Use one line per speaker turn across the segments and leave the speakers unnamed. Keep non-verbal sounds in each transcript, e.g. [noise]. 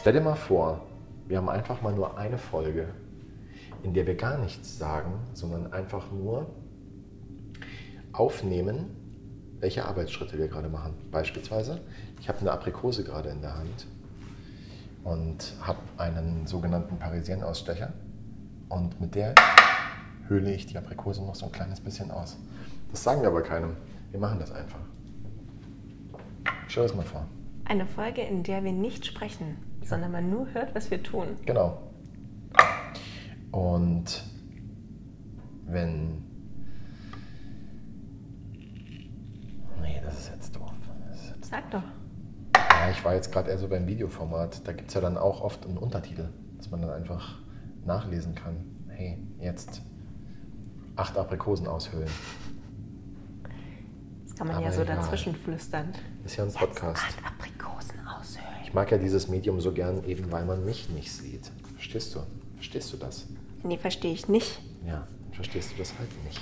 Stell dir mal vor, wir haben einfach mal nur eine Folge, in der wir gar nichts sagen, sondern einfach nur aufnehmen, welche Arbeitsschritte wir gerade machen. Beispielsweise, ich habe eine Aprikose gerade in der Hand und habe einen sogenannten Parisien-Ausstecher und mit der höhle ich die Aprikose noch so ein kleines bisschen aus. Das sagen wir aber keinem. Wir machen das einfach. Stell dir das mal vor.
Eine Folge, in der wir nicht sprechen, sondern man nur hört, was wir tun.
Genau. Und wenn. Nee, das ist jetzt doof. Das ist jetzt...
Sag doch.
Ja, ich war jetzt gerade eher so beim Videoformat. Da gibt es ja dann auch oft einen Untertitel, dass man dann einfach nachlesen kann. Hey, jetzt acht Aprikosen aushöhlen.
Das kann man
Aber
ja so
egal.
dazwischen flüstern.
Ist ja ein Podcast.
Jetzt acht Aprikosen aushöhlen.
Ich mag ja dieses Medium so gern, eben weil man mich nicht sieht. Verstehst du? Verstehst du das?
Nee, verstehe ich nicht.
Ja, verstehst du das halt nicht.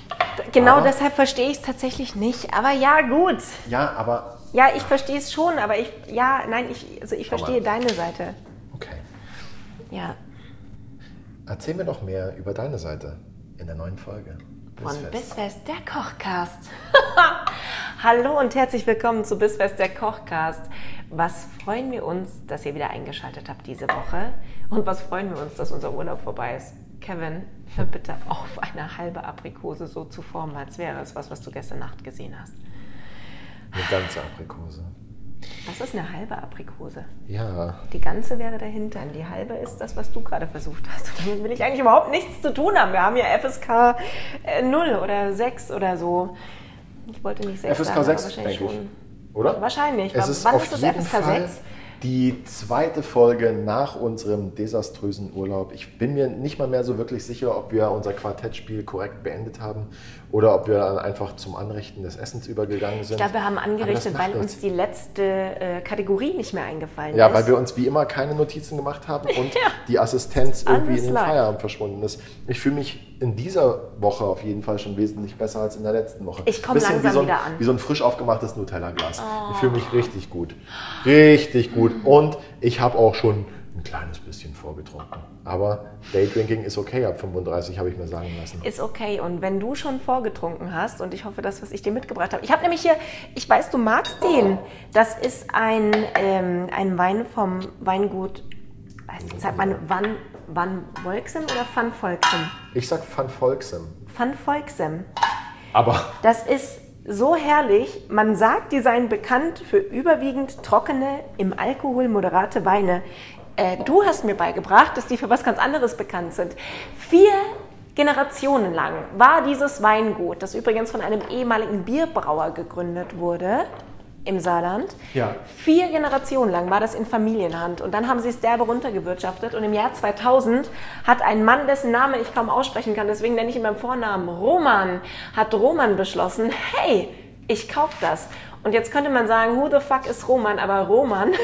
Genau
Aber-
deshalb verstehe ich es tatsächlich nicht. Aber ja, gut.
Ja, aber
Ja, ich verstehe es schon, aber ich, ja, nein, ich, also ich verstehe
Aber-
deine Seite.
okay.
Ja,
Erzähl mir doch mehr über deine Seite in der neuen Folge.
von
fest.
Bissfest, der Kochcast. [laughs] Hallo und herzlich willkommen zu Bissfest, der Kochcast. Was freuen wir uns, dass ihr wieder eingeschaltet habt diese Woche? Und was freuen wir uns, dass unser Urlaub vorbei ist? Kevin, hör bitte auf, eine halbe Aprikose so zu formen, als wäre es was, was du gestern Nacht gesehen hast.
Eine ganze Aprikose.
Was ist eine halbe Aprikose?
Ja,
Die ganze wäre der Hintern. Die halbe ist das, was du gerade versucht hast. Und damit will ich eigentlich überhaupt nichts zu tun haben. Wir haben ja FSK äh, 0 oder 6 oder so. Ich wollte nicht 6 sagen,
FSK
aber
6,
wahrscheinlich
denke ich.
schon.
Oder?
Wahrscheinlich.
Es
Wann-
ist
wann
auf
ist das
jeden
FSK
Fall
6?
die zweite Folge nach unserem desaströsen Urlaub. Ich bin mir nicht mal mehr so wirklich sicher, ob wir unser Quartettspiel korrekt beendet haben oder ob wir dann einfach zum Anrichten des Essens übergegangen sind.
Ich glaube, wir haben angerichtet,
Aber das macht
weil uns die letzte äh, Kategorie nicht mehr eingefallen
Ja,
ist.
weil wir uns wie immer keine Notizen
[laughs]
gemacht haben und
Ja.
die Assistenz irgendwie
alles
in den
live.
Feierabend verschwunden ist. Ich fühle mich in dieser Woche auf jeden Fall schon wesentlich besser als in der letzten Woche.
Ich komm
Bisschen
langsam
wie so ein,
wieder an. Oh.
Wie so ein frisch aufgemachtes Nutella-Glas. Ich fühle mich richtig gut. Richtig gut. Und ich habe auch schon ein kleines bisschen vorgetrunken. Aber Daydrinking ist okay ab 35, habe ich mir sagen lassen.
Ist okay. Und wenn du schon vorgetrunken hast, und ich hoffe, das, was ich dir mitgebracht habe. Ich habe nämlich hier, ich weiß, du magst den. Das ist ein, ähm, ein Wein vom Weingut, weiß, sagt man Van, Van Volksem oder Van Volksem?
Ich sag Van Volksem.
Van Volksem.
Aber
Das ist so herrlich. Man sagt, die seien bekannt für überwiegend trockene, im Alkohol moderate Weine. Äh, du hast mir beigebracht, dass die für was ganz anderes bekannt sind. Vier Generationen lang war dieses Weingut, das übrigens von einem ehemaligen Bierbrauer gegründet wurde im Saarland.
Ja.
Vier Generationen lang war das in Familienhand und dann haben sie es derbe runtergewirtschaftet und im Jahr 2000 hat ein Mann, dessen Name ich kaum aussprechen kann, deswegen nenne ich ihn beim Vornamen Roman, hat Roman beschlossen, hey, ich kauf das. Und jetzt könnte man sagen, who the fuck ist Roman, aber Roman [laughs]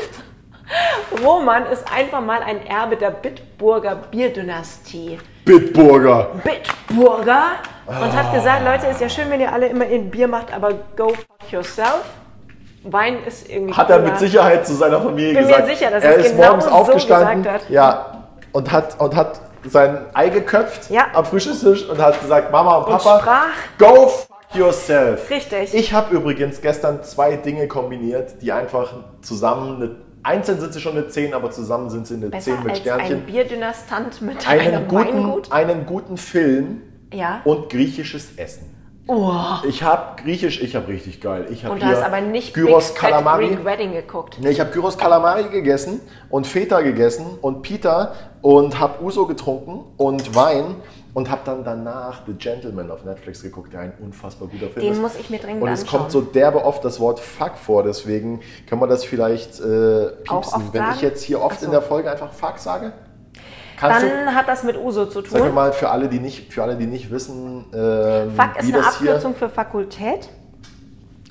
Roman ist einfach mal ein Erbe der Bitburger Bierdynastie.
Bitburger!
Bitburger und hat gesagt,
Ah.
Leute, ist ja schön, wenn ihr alle immer in Bier macht, aber go fuck yourself. Wein ist irgendwie
hat er
cooler.
mit Sicherheit zu seiner Familie
Bin mir
gesagt.
sicher, dass
er
es
ist
genau
morgens
so
aufgestanden,
gesagt hat.
ja, und hat und hat sein Ei geköpft
Ja.
am Frühstückstisch und hat gesagt, Mama und Papa,
sprach.
go fuck yourself.
Richtig.
Ich habe übrigens gestern zwei Dinge kombiniert, die einfach zusammen eine, einzeln sind sie schon eine 10, aber zusammen sind sie eine
Besser
10 mit
als ein
Sternchen.
Bierdynastant mit
Einen
einem
guten,
Weingut.
einen guten Film
Ja. Oh.
und griechisches Essen. Ich habe griechisch, ich habe richtig geil. Ich habe
Und du hast aber nicht
Gyros
Big Fat
Kalamari.
Greek Wedding geguckt.
Nee, Ne, ich habe Gyros Kalamari gegessen und Feta gegessen und Pita und habe Uso getrunken und Wein und habe dann danach The Gentleman auf Netflix geguckt, der ein unfassbar guter Film
Den
ist.
muss ich mir dringend
Und es
anschauen.
kommt so derbe oft das Wort Fuck vor, deswegen können wir das vielleicht äh,
Auch
piepsen.
oft
Wenn
sagen?
ich jetzt hier oft
Ach so.
in der Folge einfach Fuck sage, kannst du...
Dann hat das mit Uso zu
Sagen wir
tun.
mal, für alle, die nicht, für alle, die nicht wissen, ähm,
Fuck ist
wie
eine
das hier...
Abkürzung für Fakultät.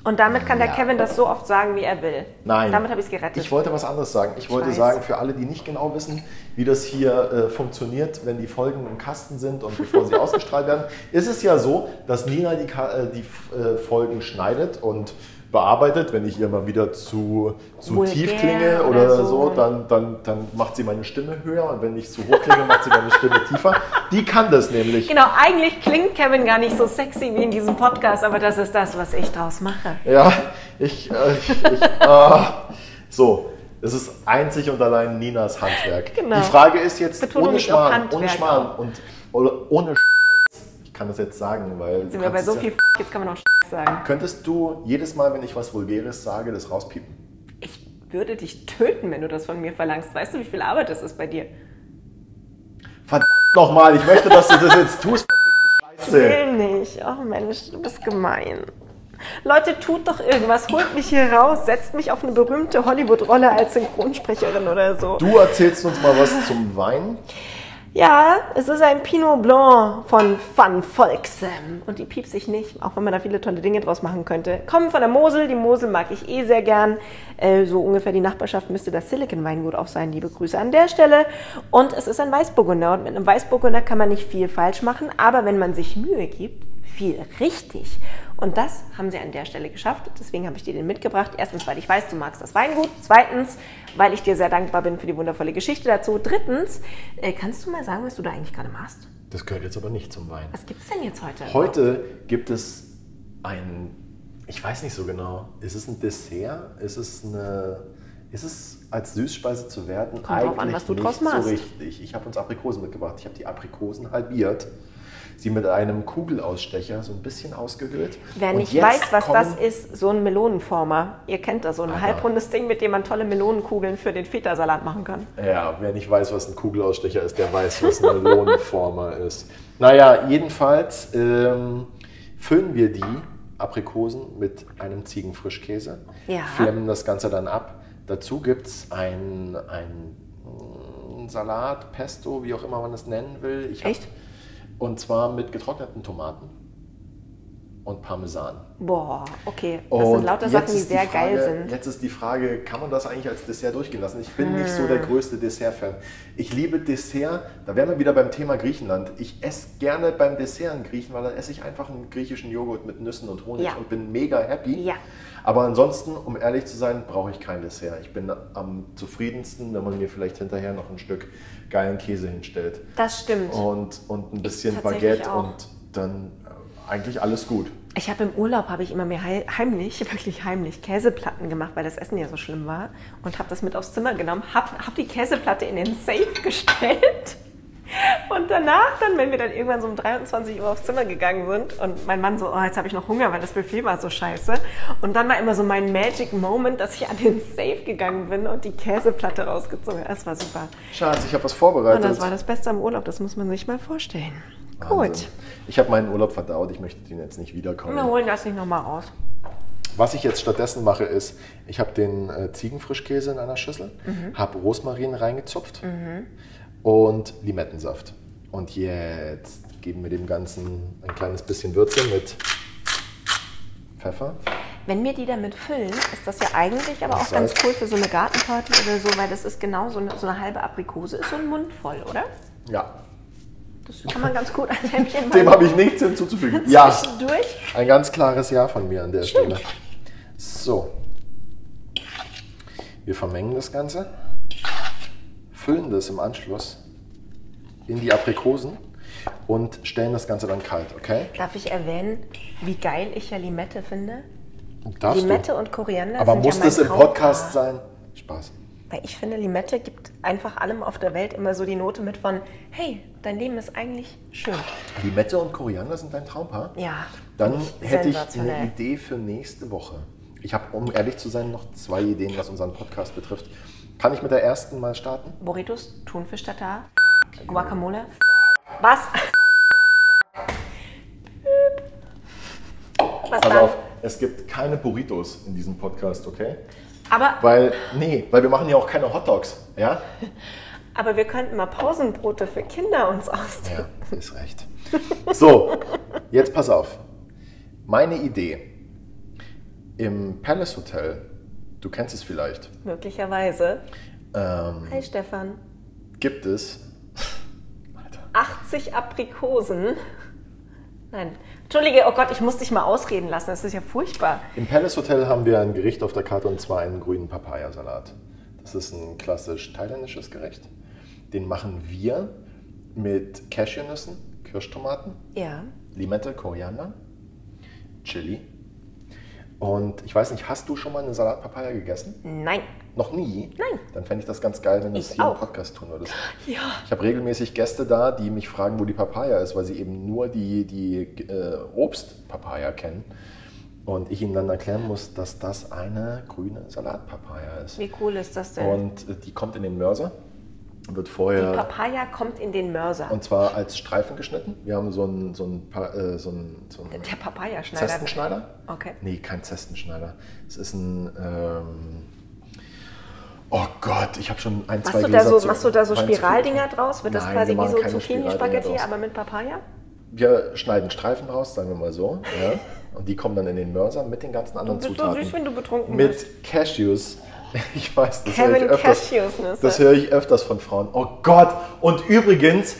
Und damit kann der
Ja.
Kevin das so oft sagen, wie er will.
Nein.
Damit habe ich es gerettet.
Ich wollte was anderes sagen. Ich wollte
weiß.
sagen, für alle, die nicht genau wissen, wie das hier äh, funktioniert, wenn die Folgen im Kasten sind und bevor sie [laughs] ausgestrahlt werden, ist es ja so, dass Nina die, Ka- äh, die äh, Folgen schneidet und bearbeitet. Wenn ich ihr mal wieder zu, zu
Vulgär
tief klinge
oder
oder,
so.
so, dann, dann, dann macht sie meine Stimme höher und wenn ich zu hoch klinge, macht sie meine Stimme tiefer. Die kann das nämlich.
Genau, eigentlich klingt Kevin gar nicht so sexy wie in diesem Podcast, aber das ist das, was ich draus mache.
Ja, ich. Äh, ich,
[laughs]
ich äh, so, es ist einzig und allein Ninas Handwerk.
Genau.
Die Frage ist jetzt
Betonung
ohne
liegt auf
Schmarrn,
Handwerk
ohne Schmarrn und oder ohne Scheiß. Ich kann das jetzt sagen, weil. du
Sind wir bei
kannst
so
es
viel
Ja,
Fuck, jetzt kann man auch Scheiß sagen.
könntest du jedes Mal, wenn ich was Vulgäres sage, das rauspiepen?
Ich würde dich töten, wenn du das von mir verlangst. Weißt du, wie viel Arbeit das ist bei dir?
Verdammt nochmal, ich möchte, dass du das jetzt tust, verfickte Scheiße.
Will nicht. Oh Mensch, du bist gemein. Leute, tut doch irgendwas. Holt mich hier raus. Setzt mich auf eine berühmte Hollywood-Rolle als Synchronsprecherin oder so.
Du erzählst uns mal was zum Wein.
Ja, es ist ein Pinot Blanc von Van Volksem. Und die piepse ich nicht, auch wenn man da viele tolle Dinge draus machen könnte. Kommen von der Mosel. Die Mosel mag ich eh sehr gern. Äh, so ungefähr die Nachbarschaft müsste das Silicon Weingut auch sein. Liebe Grüße an der Stelle. Und es ist ein Weißburgunder. Und mit einem Weißburgunder kann man nicht viel falsch machen. Aber wenn man sich Mühe gibt, viel richtig. Und das haben sie an der Stelle geschafft. Deswegen habe ich dir den mitgebracht. Erstens, weil ich weiß, du magst das Weingut. Zweitens, weil ich dir sehr dankbar bin für die wundervolle Geschichte dazu. Drittens, äh, kannst du mal sagen, was du da eigentlich gerade machst?
Das gehört jetzt aber nicht zum Wein.
Was gibt's denn jetzt heute?
Heute gibt es ein, ich weiß nicht so genau, ist es ein Dessert? Ist es eine, ist es als Süßspeise zu werten?
Kommt drauf an, was du
nicht
draus
so
machst.
richtig. Ich habe uns Aprikosen mitgebracht. Ich habe die Aprikosen halbiert, sie mit einem Kugelausstecher so ein bisschen ausgehöhlt.
Wer
Und
nicht
jetzt
weiß, was das
kommen- Ah,
ist, so ein Melonenformer. Ihr kennt das, so ein
Alter.
halbrundes Ding, mit dem man tolle Melonenkugeln für den Feta-Salat machen kann.
Ja, wer nicht weiß, was ein Kugelausstecher ist, der weiß, was eine [laughs] Melonenformer ist. Naja, jedenfalls ähm, füllen wir die Aprikosen mit einem Ziegenfrischkäse,
Ja.
flemmen das Ganze dann ab. Dazu gibt es ein, ein mm, Salat, Pesto, wie auch immer man es nennen will. Ich hab-
Echt?
Und zwar mit getrockneten Tomaten und Parmesan.
Boah, okay. Das sind
Und
lauter
jetzt
Sachen, die
ist
sehr
Frage,
geil sind.
Jetzt ist die Frage, kann man das eigentlich als Dessert durchgehen lassen? Ich bin nicht so
Ah.
der größte Dessert-Fan. Ich liebe Dessert, da wären wir wieder beim Thema Griechenland. Ich esse gerne beim Dessert in Griechen, weil dann esse ich einfach einen griechischen Joghurt mit Nüssen und Honig
Ja.
und bin mega happy.
Ja.
Aber ansonsten, um ehrlich zu sein, brauche ich kein Dessert. Ich bin am zufriedensten, wenn man mir vielleicht hinterher noch ein Stück geilen Käse hinstellt
Das stimmt.
und, und ein bisschen
tatsächlich
Baguette
auch.
und dann äh, eigentlich alles gut.
Ich habe im Urlaub habe ich immer mir heil- heimlich, [laughs] wirklich heimlich Käseplatten gemacht, weil das Essen ja so schlimm war und habe das mit aufs Zimmer genommen, habe hab die Käseplatte in den Safe gestellt. [laughs] Und danach dann, wenn wir dann irgendwann so um 23 Uhr aufs Zimmer gegangen sind und mein Mann so, oh, jetzt habe ich noch Hunger, weil das Buffet war so scheiße. Und dann war immer so mein Magic Moment, dass ich an den Safe gegangen bin und die Käseplatte rausgezogen habe. Das war super.
Schatz, ich habe was vorbereitet.
Und das war das Beste am Urlaub, das muss man sich mal vorstellen.
Wahnsinn.
Gut,
Also, Ich habe meinen Urlaub verdaut, ich möchte den jetzt nicht wiederkommen.
wir holen das nicht nochmal raus.
Was ich jetzt stattdessen mache, ist, ich habe den äh, Ziegenfrischkäse in einer Schüssel, habe Rosmarin reingezupft und Limettensaft. Und jetzt geben wir dem Ganzen ein kleines bisschen Würze mit Pfeffer.
Wenn wir die damit füllen, ist das ja eigentlich aber
Und
auch ganz
Salz.
cool für so eine Gartenparty oder so, weil das ist genau so eine, so eine halbe Aprikose, ist so ein Mund voll, oder?
Ja,
Das kann man ganz gut [laughs] als Hämmchen
dem
machen.
habe ich nichts hinzuzufügen. Ja,
Zwischendurch.
ein ganz klares Ja von mir an der Stelle. So. Wir vermengen das Ganze, füllen das im Anschluss in die Aprikosen und stellen das Ganze dann kalt, okay?
Darf ich erwähnen, wie geil ich ja Limette finde?
Darfst
Limette und Koriander
Aber
sind
muss
ja mein
das im
Traumpaar.
Podcast sein? Spaß.
Weil ich finde, Limette gibt einfach allem auf der Welt immer so die Note mit von, hey, dein Leben ist eigentlich schön.
Limette und Koriander sind dein Traumpaar?
Ja.
Dann hätte ich eine
sensationell.
Idee für nächste Woche. Ich habe, um ehrlich zu sein, noch zwei Ideen, was unseren Podcast betrifft. Kann ich mit der ersten mal starten?
Burritos, Thunfisch Tatar, Guacamole. Was?
Pass
Was dann?
auf, es gibt keine Burritos in diesem Podcast, okay?
Aber,
Weil, nee, weil wir machen ja auch keine Hotdogs, ja?
aber wir könnten mal Pausenbrote für Kinder uns [laughs] ausdenken.
Ja, ist recht. [laughs] So, jetzt pass auf. Meine Idee. Im Palace Hotel, du kennst es vielleicht,
Möglicherweise.
ähm,
Hi Stefan.
gibt es. Alter.
80 Aprikosen. Nein. Entschuldige, oh Gott, ich muss dich mal ausreden lassen. Das ist ja furchtbar.
Im Palace Hotel haben wir ein Gericht auf der Karte und zwar einen grünen Papayasalat. Das ist ein klassisch thailändisches Gericht. Den machen wir mit Cashewnüssen, Kirschtomaten,
Ja.
Limette, Koriander, Chili. Und ich weiß nicht, hast du schon mal eine Salat-Papaya gegessen?
Nein.
Noch nie?
Nein.
Dann fände ich das ganz geil, wenn du es
Ich
hier
auch.
im Podcast tun würdest.
Ja.
Ich habe regelmäßig Gäste da, die mich fragen, wo die Papaya ist, weil sie eben nur die, die äh, Obstpapaya kennen. Und ich ihnen dann erklären muss, dass das eine grüne Salatpapaya ist.
Wie cool ist das denn?
Und äh, die kommt in den Mörser, wird
Die
vorher.
Papaya kommt in den Mörser.
Und zwar als Streifen geschnitten. Wir haben so einen, so einen, Pa- äh, so einen, so einen
Der Papaya-Schneider.
Zestenschneider.
Okay.
Nee, kein Zestenschneider. Es ist ein. Ähm, oh Gott, ich habe schon ein, zwei
Machst du, da
Gläser
so,
zu-
machst du da so
Wein zu viel
Spiraldinger
getrunken.
draus? Wird das
Nein,
quasi
wir
wie
machen
so
keine
Zucchini-Spaghetti,
Spiraldinger
aber mit Papaya?
draus. Wir schneiden Streifen raus, sagen wir mal so. Ja? Und die kommen dann in den Mörser mit den ganzen anderen
bist so
Zutaten.
süß, wenn du betrunken
mit
bist.
Mit Cashews. [laughs] Ich weiß, das höre
Kevin
ich öfters.
Cashews-Nüsse.
Das höre ich öfters von Frauen. Oh Gott! Und
[laughs]
übrigens,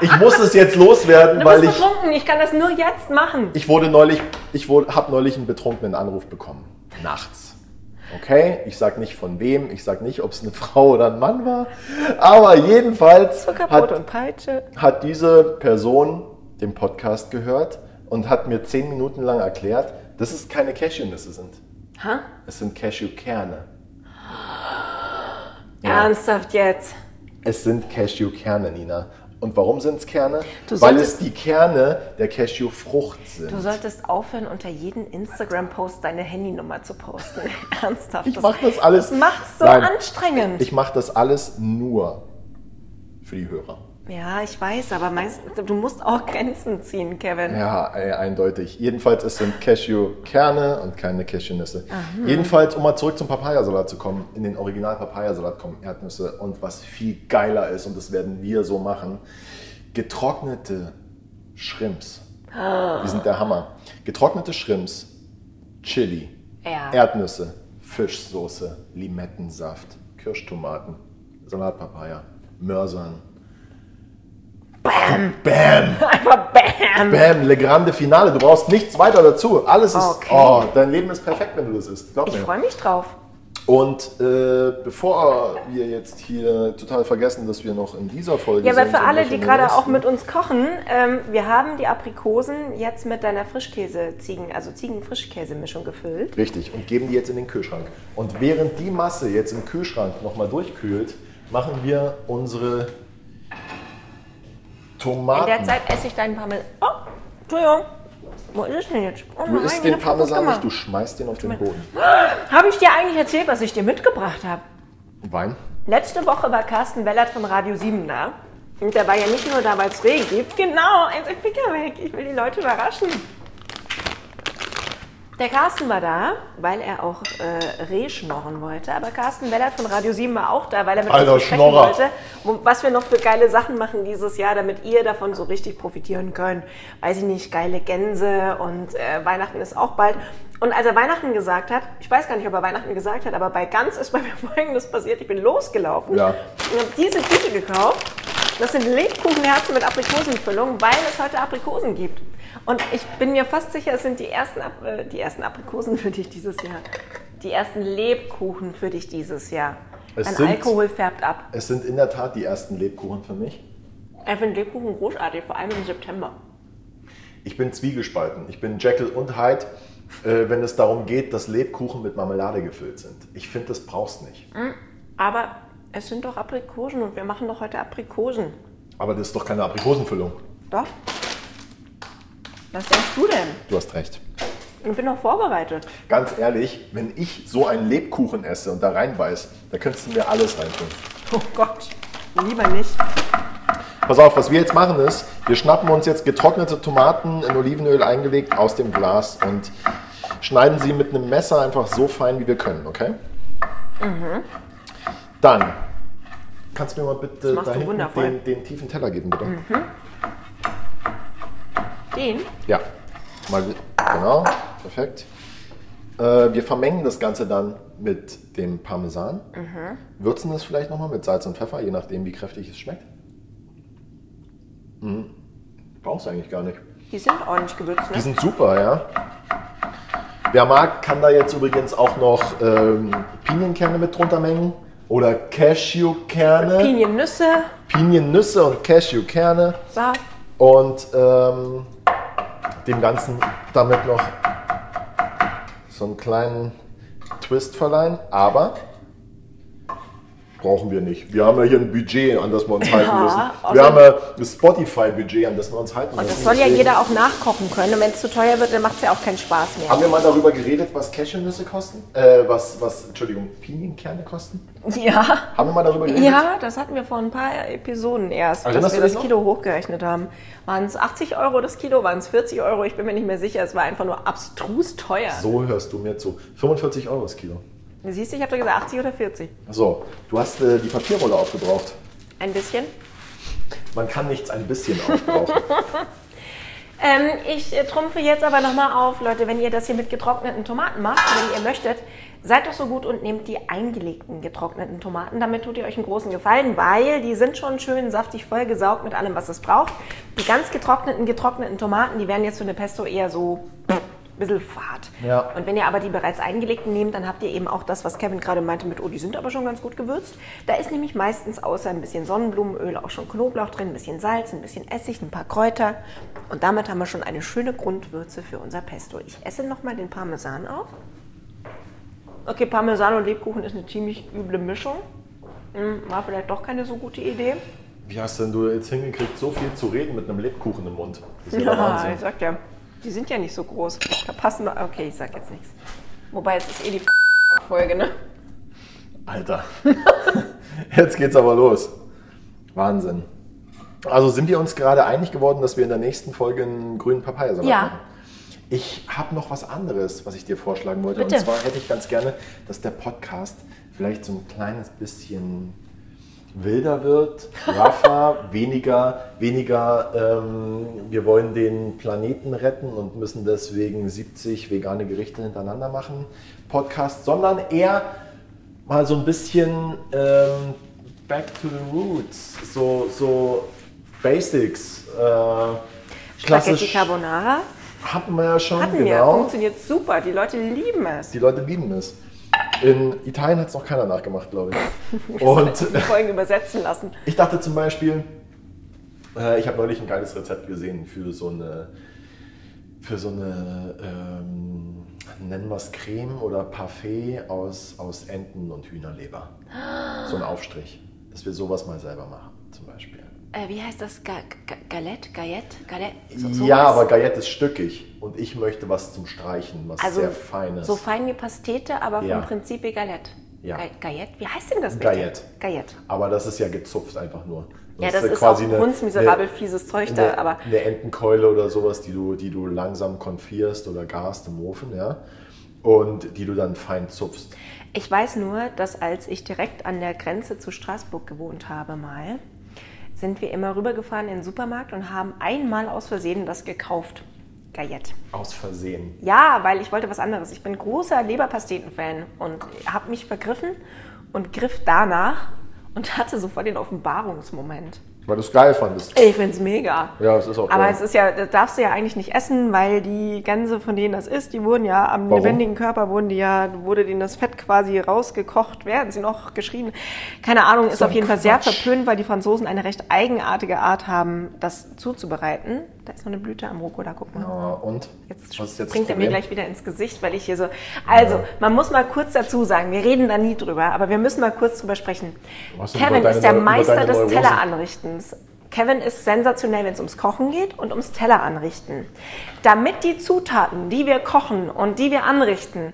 ich muss es jetzt loswerden,
Du
weil
bist
ich.
betrunken, ich kann das nur jetzt machen.
Ich wurde neulich, ich wurde, habe neulich einen betrunkenen Anruf bekommen. Nachts. Okay, ich sag nicht von wem, ich sag nicht, ob es eine Frau oder ein Mann war, aber jedenfalls
Zuckerbrot
hat,
und Peitsche.
hat diese Person den Podcast gehört und hat mir zehn Minuten lang erklärt, dass es keine Cashewnüsse sind.
Hä?
Es sind
[gasps]
Cashewkerne.
äh, Ernsthaft jetzt?
Es sind Cashewkerne, Nina. Und warum sind es Kerne?
Du
Weil
solltest-
es die Kerne der Cashewfrucht sind.
Du solltest aufhören, unter jedem Instagram-Post deine Handynummer zu posten. [laughs] Ernsthaft.
Ich mache das alles.
Das macht's so
Nein,
anstrengend.
Ich mache das alles nur für die Hörer.
ja, ich weiß, aber meist, du musst auch Grenzen ziehen, Kevin.
Ja, e- eindeutig. Jedenfalls, es sind Cashewkerne und keine Cashewnüsse. Jedenfalls, um mal zurück zum Papayasalat zu kommen, in den original Papayasalat kommen Erdnüsse und was viel geiler ist, und das werden wir so machen, getrocknete Shrimps. Die sind der Hammer. Getrocknete Shrimps, Chili,
Ja.
Erdnüsse, Fischsoße, Limettensaft, Kirschtomaten, Salatpapaya, Mörsern.
Einfach bam!
Bam, Le Grande Finale. Du brauchst nichts weiter dazu. Alles ist.
Okay.
Oh, dein Leben ist perfekt, wenn du das isst. Glaub
Ich
mir.
freue mich drauf.
Und äh, bevor wir jetzt hier total vergessen, dass wir noch in dieser Folge
Ja, aber
sind.
für
und
alle,
nicht
die
in der
gerade auch
nächsten-
mit uns kochen, ähm, wir haben die Aprikosen jetzt mit deiner Frischkäse-Ziegen, also Ziegen-Frischkäse-Mischung gefüllt.
Richtig, und geben die jetzt in den Kühlschrank. Und während die Masse jetzt im Kühlschrank nochmal durchkühlt, machen wir unsere
In
Tomaten.
der Zeit esse ich deinen Parmesan. Oh, Entschuldigung. Wo ist es denn jetzt? Oh
du
nein,
isst
ich
den
hab's kaputt
Parmesan nicht,
gemacht.
du schmeißt den auf den Boden.
Habe ich dir eigentlich erzählt, was ich dir mitgebracht habe?
Wein?
Letzte Woche war Carsten Bellert von Radio 7 da. Und der war ja nicht nur da, weil es Regen gibt. Genau, ein Ficker weg. Ich will die Leute überraschen. Der Carsten war da, weil er auch äh, Reh schnorren wollte. Aber Carsten Bellert von Radio 7 war auch da, weil er mit
Alter,
uns sprechen
Schnorrer.
wollte, wo- was wir noch für geile Sachen machen dieses Jahr, damit ihr davon so richtig profitieren könnt. Weiß ich nicht, geile Gänse und äh, Weihnachten ist auch bald. Und als er Weihnachten gesagt hat, ich weiß gar nicht, ob er Weihnachten gesagt hat, aber bei Gans ist bei mir [laughs] Folgendes passiert. Ich bin losgelaufen
Ja.
und habe diese Tüte gekauft. Das sind Lebkuchenherzen mit Aprikosenfüllung, weil es heute Aprikosen gibt. Und ich bin mir fast sicher, es sind die ersten, Ap- äh, die ersten Aprikosen für dich dieses Jahr. Die ersten Lebkuchen für dich dieses Jahr.
Es
Dein
sind-
Alkohol färbt ab.
Es sind in der Tat die ersten Lebkuchen für mich.
Ich finde Lebkuchen großartig, vor allem im September.
Ich bin zwiegespalten. Ich bin Jekyll und Hyde. äh, wenn es darum geht, dass Lebkuchen mit Marmelade gefüllt sind. Ich finde, das brauchst nicht.
Aber es sind doch Aprikosen und wir machen doch heute Aprikosen.
Aber das ist doch keine Aprikosenfüllung.
Doch? Was denkst du denn?
Du hast recht.
Ich bin doch vorbereitet.
Ganz ehrlich, wenn ich so einen Lebkuchen esse und da reinbeiß, da könntest du mir alles reintun.
Oh Gott, lieber nicht.
Pass auf, was wir jetzt machen ist, wir schnappen uns jetzt getrocknete Tomaten in Olivenöl eingelegt aus dem Glas und schneiden sie mit einem Messer einfach so fein, wie wir können, okay?
Mhm.
Dann kannst du mir mal bitte
machst
da
du
hinten
wundervoll.
den,
Mhm.
den tiefen Teller geben, bitte.
Den?
Ja, mal genau, perfekt. Äh, wir vermengen das Ganze dann mit dem Parmesan, würzen das vielleicht nochmal mit Salz und Pfeffer, je nachdem, wie kräftig es schmeckt. Mhm. Brauchst du eigentlich gar nicht.
Die sind ordentlich gewürzt,
Die
ne?
sind super, ja. Wer mag, kann da jetzt übrigens auch noch ähm, Pinienkerne mit drunter mengen oder Cashewkerne,
Piniennüsse,
Piniennüsse und Cashewkerne
Sa
und ähm, dem Ganzen damit noch so einen kleinen Twist verleihen. Aber brauchen wir nicht. Wir haben ja hier ein Budget, an das wir
[laughs]
uns halten müssen. Wir
außer-
haben ja ein Spotify-Budget, an das wir uns halten
Und
müssen.
also Oh, das soll ja
Deswegen
jeder auch nachkochen können. Und wenn es zu teuer wird, dann macht es ja auch keinen Spaß mehr.
Haben wir mal darüber geredet, was Cashewnüsse kosten? Äh, was, was, Entschuldigung, Pinienkerne kosten?
Ja.
Haben wir mal darüber geredet?
Ja, das hatten wir vor ein paar Episoden erst,
Erinnerst
dass wir
du dich
das
noch?
Kilo hochgerechnet haben. Waren es 80 Euro das Kilo, waren es 40 Euro? Ich bin mir nicht mehr sicher. Es war einfach nur abstrus teuer.
So hörst du mir zu. 45 Euro das Kilo.
Siehst du, ich habe doch gesagt 80 oder 40.
So, du hast äh, die Papierrolle aufgebraucht.
Ein bisschen.
Man kann nichts ein bisschen aufbrauchen.
Ähm, ich äh, trumpfe jetzt aber nochmal auf, Leute, wenn ihr das hier mit getrockneten Tomaten macht, wenn ihr möchtet, seid doch so gut und nehmt die eingelegten getrockneten Tomaten. Damit tut ihr euch einen großen Gefallen, weil die sind schon schön saftig vollgesaugt mit allem, was es braucht. Die ganz getrockneten, getrockneten Tomaten, die werden jetzt für eine Pesto eher so ein bisschen fad.
Ja.
Und wenn ihr aber die bereits eingelegten nehmt, dann habt ihr eben auch das, was Kevin gerade meinte mit, oh, die sind aber schon ganz gut gewürzt. Da ist nämlich meistens außer ein bisschen Sonnenblumenöl auch schon Knoblauch drin, ein bisschen Salz, ein bisschen Essig, ein paar Kräuter. Und damit haben wir schon eine schöne Grundwürze für unser Pesto. Ich esse nochmal den Parmesan auf. Okay, Parmesan und Lebkuchen ist eine ziemlich üble Mischung. Hm, War vielleicht doch keine so gute Idee.
Wie hast denn du jetzt hingekriegt, so viel zu reden mit einem Lebkuchen im Mund? Das ist ja also. der
Ja,
Wahnsinn.
ich sag ja, die sind ja nicht so groß. Da passen wir. Okay, ich sag jetzt nichts. Wobei es ist eh die Folge, ne?
Alter. [laughs] Jetzt geht's aber los. Wahnsinn. Also sind wir uns gerade einig geworden, dass wir in der nächsten Folge einen grünen Papayasalat
Ja.
machen? Ich habe noch was anderes, was ich dir vorschlagen wollte.
Bitte.
Und zwar hätte ich ganz gerne, dass der Podcast vielleicht so ein kleines bisschen wilder
[laughs]
wird, rougher, weniger, weniger ähm, wir wollen den Planeten retten und müssen deswegen 70 vegane Gerichte hintereinander machen, Podcast, sondern eher mal so ein bisschen ähm, back to the roots, so, so Basics. Äh,
Spaghetti
klassisch
Carbonara
hatten wir ja schon,
hatten wir.
genau.
Funktioniert super. Die Leute lieben es.
Die Leute lieben es. In Italien hat es noch keiner nachgemacht, glaube ich. Und
Die Folgen [laughs] übersetzen lassen.
ich dachte zum Beispiel, äh, ich habe neulich ein geiles Rezept gesehen für so eine, für so eine, ähm, nennen wir es Creme oder Parfait aus, aus Enten- und Hühnerleber. So ein Aufstrich, dass wir sowas mal selber machen, zum Beispiel.
Äh, wie heißt das? Ga Ga Galette? Gaillette? Galette? So- sowas?
ja, aber Gaillette ist stückig und ich möchte was zum Streichen, was
also
sehr Feines.
so fein wie Pastete, aber
Ja.
vom Prinzip wie Galette.
Ja.
Ga Gaillette? Wie heißt denn das? richtig?
Gaillette.
Gaillette.
aber das ist ja gezupft einfach nur.
Ja, das ist auch hundsmiserabel fieses Zeug da,
eine,
aber
eine Entenkeule oder sowas, die du, die du langsam konfierst oder garst im Ofen, ja. Und die du dann fein zupfst.
Ich weiß nur, dass als ich direkt an der Grenze zu Straßburg gewohnt habe mal, sind wir immer rübergefahren in den Supermarkt und haben einmal aus Versehen das gekauft. Gaillette.
Aus Versehen.
Ja, weil ich wollte was anderes. Ich bin großer Leberpasteten-Fan und habe mich vergriffen und griff danach und hatte sofort den Offenbarungsmoment.
Weil du es geil fandest.
Ich find's mega.
Ja, es ist auch
Aber
geil.
es ist ja, das darfst du ja eigentlich nicht essen, weil die Gänse, von denen das ist, die wurden ja am
Warum?
lebendigen Körper wurden die ja, wurde denen das Fett quasi rausgekocht, werden sie noch geschrien. Keine Ahnung, ist
So
auf
ein
jeden Fall sehr
Quatsch.
verpönt, weil die Franzosen eine recht eigenartige Art haben, das zuzubereiten. Da ist noch eine Blüte am Rucola, guck mal.
Oh, und?
Jetzt,
Was ist jetzt das
springt er mir
Problem?
gleich wieder ins Gesicht, weil ich hier so. Also, man muss mal kurz dazu sagen, wir reden da nie drüber, aber wir müssen mal kurz drüber sprechen.
Was denn
Kevin
über deine
ist der
neue- über
Meister
deine
des
neue Hose?
Telleranrichtens. Kevin ist sensationell, wenn es ums Kochen geht und ums Telleranrichten. Damit die Zutaten, die wir kochen und die wir anrichten,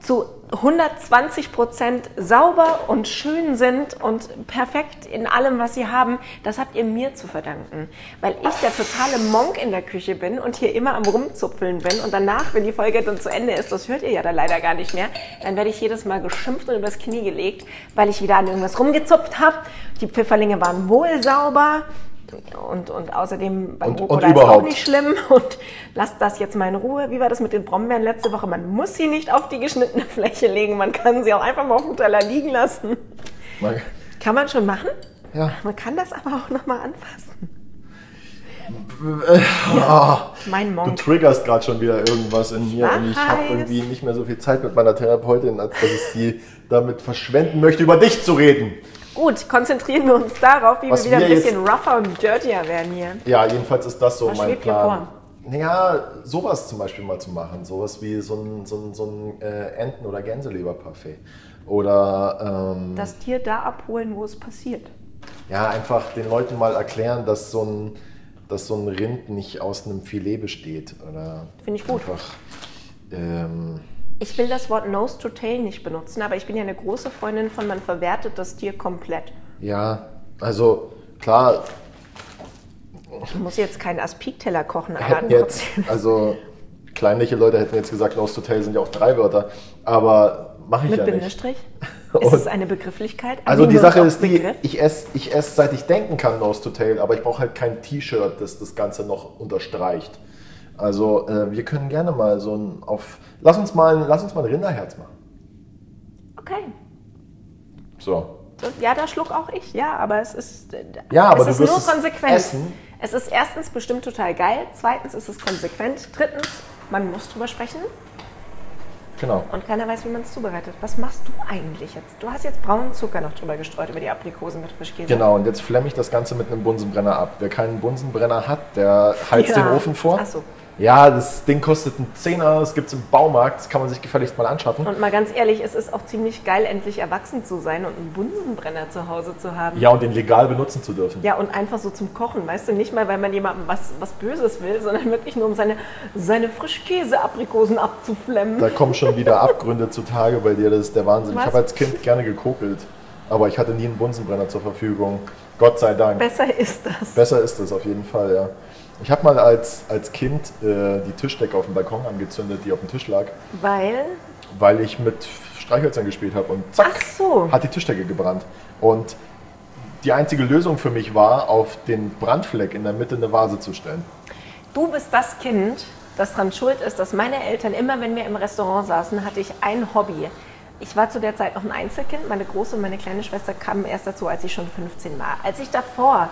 zu 120 Prozent sauber und schön sind und perfekt in allem, was sie haben, das habt ihr mir zu verdanken. Weil ich der totale Monk in der Küche bin und hier immer am Rumzupfeln bin und danach, wenn die Folge dann zu Ende ist, das hört ihr ja dann leider gar nicht mehr, dann werde ich jedes Mal geschimpft und übers Knie gelegt, weil ich wieder an irgendwas rumgezupft habe. Die Pfifferlinge waren wohl sauber. Und, und außerdem beim
Und- und
Rucola ist auch
überhaupt.
nicht schlimm [laughs] und lasst das jetzt mal in Ruhe. Wie war das mit den Brombeeren letzte Woche? Man muss sie nicht auf die geschnittene Fläche legen, man kann sie auch einfach mal auf dem Teller liegen lassen.
Mal-
Kann man schon machen?
Ja.
Man kann das aber auch nochmal anfassen.
Ah,
Mein
du
Monk.
triggerst gerade schon wieder irgendwas in mir und ich habe
Weiß.
irgendwie nicht mehr so viel Zeit mit meiner Therapeutin, als dass ich sie damit verschwenden möchte, über dich zu reden.
Gut, konzentrieren wir uns darauf, wie
Was
wir wieder ein
wir jetzt-
bisschen rougher und dirtier werden hier.
Ja, jedenfalls ist das so
Was
mein
schwebt dir
Plan. Naja, sowas zum Beispiel mal zu machen. Sowas wie so ein, so ein, so ein äh, Enten- oder Gänseleberparfait. Oder ähm,
Das Tier da abholen, wo es passiert.
ja, einfach den Leuten mal erklären, dass so ein, dass so ein Rind nicht aus einem Filet besteht. Oder
Finde ich gut.
Einfach, ähm,
Ich will das Wort Nose to Tail nicht benutzen, aber ich bin ja eine große Freundin von, man verwertet das Tier komplett.
ja, also klar,
Ich muss jetzt keinen Aspik-Teller kochen, aber
hätten jetzt,
trotzdem.
also kleinliche Leute hätten jetzt gesagt, Nose to Tail sind ja auch drei Wörter, aber mache ich
Mit
ja nicht.
Bindestrich?
[laughs]
Ist
Und-
es eine Begrifflichkeit?
Also die
Einigen wir uns
Sache
auf
ist die,
Begriff?
ich esse, ich ess, seit ich denken kann, Nose to Tail, aber ich brauche halt kein T-Shirt, das das Ganze noch unterstreicht. Also äh, wir können gerne mal so ein auf, lass uns mal, ein- lass uns mal ein Rinderherz machen.
Okay.
So.
So, Ja, da schluck auch ich, ja, aber es ist, äh,
Ja, aber
es
du
ist
wirst
nur
es
konsequent.
essen.
Es ist erstens bestimmt total geil, zweitens ist es konsequent, drittens, man muss drüber sprechen
Genau.
und keiner weiß, wie man es zubereitet. Was machst du eigentlich jetzt? Du hast jetzt braunen Zucker noch drüber gestreut über die Aprikosen mit Frischkäse.
Genau, und jetzt flemme ich das Ganze mit einem Bunsenbrenner ab. Wer keinen Bunsenbrenner hat, der heizt
Ja.
den Ofen vor.
Ach so.
Ja, das Ding kostet einen Zehner, das gibt es im Baumarkt, das kann man sich gefälligst mal anschaffen.
Und mal ganz ehrlich, es ist auch ziemlich geil, endlich erwachsen zu sein und einen Bunsenbrenner zu Hause zu haben.
Ja, und den legal benutzen zu dürfen.
Ja, und einfach so zum Kochen, weißt du, nicht mal, weil man jemandem was, was Böses will, sondern wirklich nur, um seine, seine Frischkäse-Aprikosen abzuflemmen.
Da kommen schon wieder Abgründe zutage bei dir, das ist der Wahnsinn.
Was?
Ich habe als Kind gerne gekokelt, aber ich hatte nie einen Bunsenbrenner zur Verfügung. Gott sei Dank.
Besser ist das.
Besser ist es auf jeden Fall, ja. Ich habe mal als, als Kind äh, die Tischdecke auf dem Balkon angezündet, die auf dem Tisch lag,
Weil,
weil ich mit Streichhölzern gespielt habe und zack,
Ach so.
hat die Tischdecke gebrannt. Und die einzige Lösung für mich war, auf den Brandfleck in der Mitte eine Vase zu stellen.
du bist das Kind, das dran schuld ist, dass meine Eltern immer, wenn wir im Restaurant saßen, hatte ich ein Hobby. Ich war zu der Zeit noch ein Einzelkind. Meine große und meine kleine Schwester kamen erst dazu, als ich schon 15 war. Als ich davor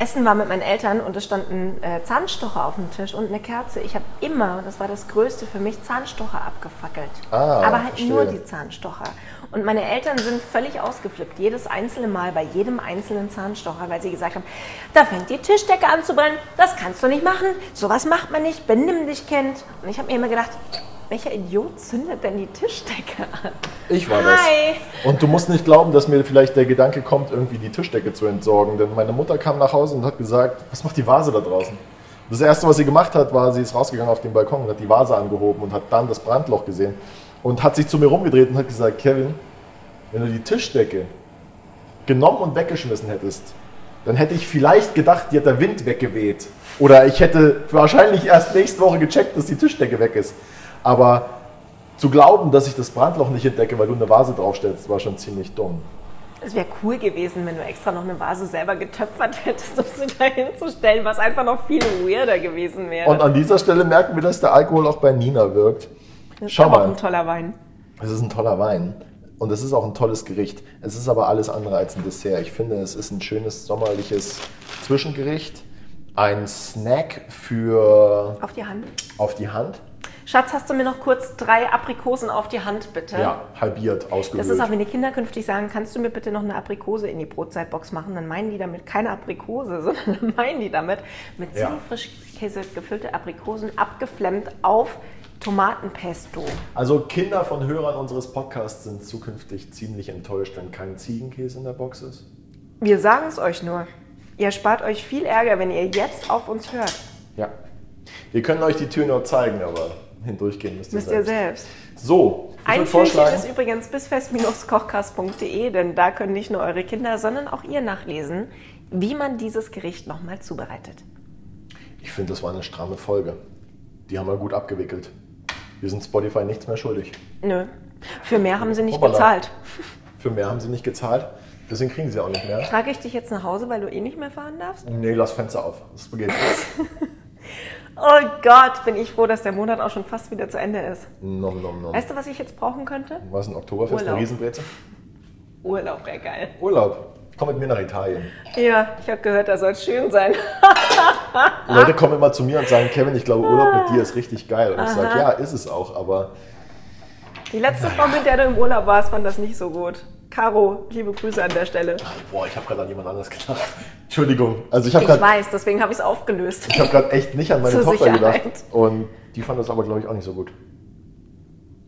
Essen war mit meinen Eltern und es standen äh, Zahnstocher auf dem Tisch und eine Kerze. Ich habe immer, das war das Größte für mich, Zahnstocher abgefackelt.
Ah,
Aber halt
verstehe.
nur die Zahnstocher. Und meine Eltern sind völlig ausgeflippt, jedes einzelne Mal bei jedem einzelnen Zahnstocher, weil sie gesagt haben, da fängt die Tischdecke an zu brennen, das kannst du nicht machen, sowas macht man nicht, benimm dich, Kind. Und ich habe mir immer gedacht, welcher Idiot zündet denn die Tischdecke an?
Ich war
Hi.
das. Und du musst nicht glauben, dass mir vielleicht der Gedanke kommt, irgendwie die Tischdecke zu entsorgen. Denn meine Mutter kam nach Hause und hat gesagt, was macht die Vase da draußen? Das Erste, was sie gemacht hat, war, sie ist rausgegangen auf den Balkon und hat die Vase angehoben und hat dann das Brandloch gesehen und hat sich zu mir rumgedreht und hat gesagt, Kevin, wenn du die Tischdecke genommen und weggeschmissen hättest, dann hätte ich vielleicht gedacht, dir hat der Wind weggeweht. Oder ich hätte wahrscheinlich erst nächste Woche gecheckt, dass die Tischdecke weg ist. Aber zu glauben, dass ich das Brandloch nicht entdecke, weil du eine Vase draufstellst, war schon ziemlich dumm.
Es wäre cool gewesen, wenn du extra noch eine Vase selber getöpfert hättest, um sie da hinzustellen, was einfach noch viel weirder gewesen wäre.
Und an dieser Stelle merken wir, dass der Alkohol auch bei Nina wirkt.
das ist
schau
aber auch
mal.
ein toller Wein.
Es ist ein toller Wein und es ist auch ein tolles Gericht. Es ist aber alles andere als ein Dessert. Ich finde, es ist ein schönes sommerliches Zwischengericht, ein Snack für
Auf die Hand.
auf die Hand.
Schatz, hast du mir noch kurz drei Aprikosen auf die Hand, bitte?
Ja, halbiert, ausgelöst.
Das ist auch, wenn die Kinder künftig sagen, kannst du mir bitte noch eine Aprikose in die Brotzeitbox machen, dann meinen die damit keine Aprikose, [laughs] sondern dann meinen die damit mit
Ja.
Ziegenfrischkäse gefüllte Aprikosen abgeflemmt auf Tomatenpesto.
Also Kinder von Hörern unseres Podcasts sind zukünftig ziemlich enttäuscht, wenn kein Ziegenkäse in der Box ist.
Wir sagen es euch nur. Ihr spart euch viel Ärger, wenn ihr jetzt auf uns hört.
Ja. Wir können euch die Tür noch zeigen, aber hindurchgehen müsst ihr
Müsst ihr
selbst.
selbst.
So, ich
Ein
würde
Türchen
vorschlagen,
ist übrigens bisfest-kochkast.de, denn da können nicht nur eure Kinder, sondern auch ihr nachlesen, wie man dieses Gericht nochmal zubereitet.
ich finde, das war eine stramme Folge. Die haben wir gut abgewickelt. Wir sind Spotify nichts mehr schuldig.
Nö. Für mehr haben sie nicht
Hoppala.
bezahlt.
Für mehr haben sie nicht gezahlt, deswegen kriegen sie auch nicht mehr.
Trage ich dich jetzt nach Hause, weil du eh nicht mehr fahren darfst?
Nee, lass Fenster auf. Es beginnt.
Oh Gott, bin ich froh, dass der Monat auch schon fast wieder zu Ende ist.
nom, nom, nom.
Weißt du, was ich jetzt brauchen könnte?
Was ein Oktoberfest, eine
Urlaub.
Riesenbrezel?
Urlaub wäre geil.
Urlaub. Komm mit mir nach Italien.
Ja, ich habe gehört, da soll es schön sein.
Leute kommen immer zu mir und sagen, Kevin, ich glaube, Urlaub mit dir ist richtig geil. Und ich sage, ja, ist es auch, aber
Die letzte Frau, mit der du im Urlaub warst, fand das nicht so gut. Caro, liebe Grüße an der Stelle.
boah, ich habe gerade an jemand anders gedacht. Entschuldigung. Also ich habe
Ich
gerade
weiß, deswegen habe ich es aufgelöst.
ich hab grad echt nicht an meine
Zur
Tochter
Sicherheit.
gedacht. Und die fand das aber, glaube ich, auch nicht so gut.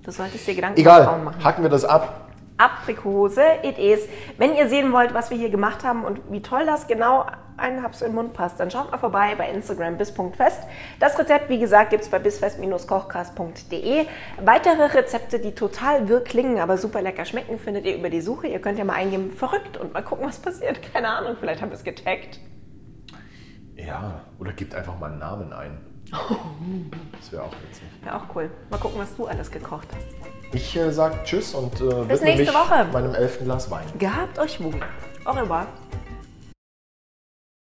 Du solltest dir Gedanken über Frauen
Egal,
machen.
hacken wir das ab.
Aprikose, it is. Wenn ihr sehen wollt, was wir hier gemacht haben und wie toll das genau einen Haps in den Mund passt, dann schaut mal vorbei bei Instagram bis.fest. Das Rezept, wie gesagt, gibt's bei bisfest-kochkast.de. Weitere Rezepte, die total wirr klingen, aber super lecker schmecken, findet ihr über die Suche. Ihr könnt ja mal eingeben, verrückt und mal gucken, was passiert. [laughs] Keine Ahnung, vielleicht haben wir es getaggt.
Ja, oder gebt einfach mal einen Namen
[laughs]
ein. Das wäre auch witzig.
Ja, auch cool. Mal gucken, was du alles gekocht hast.
Ich äh, sage Tschüss und äh,
Bis
widme
nächste
mich
Woche.
meinem elften Glas Wein.
Gehabt euch wohl. Au revoir.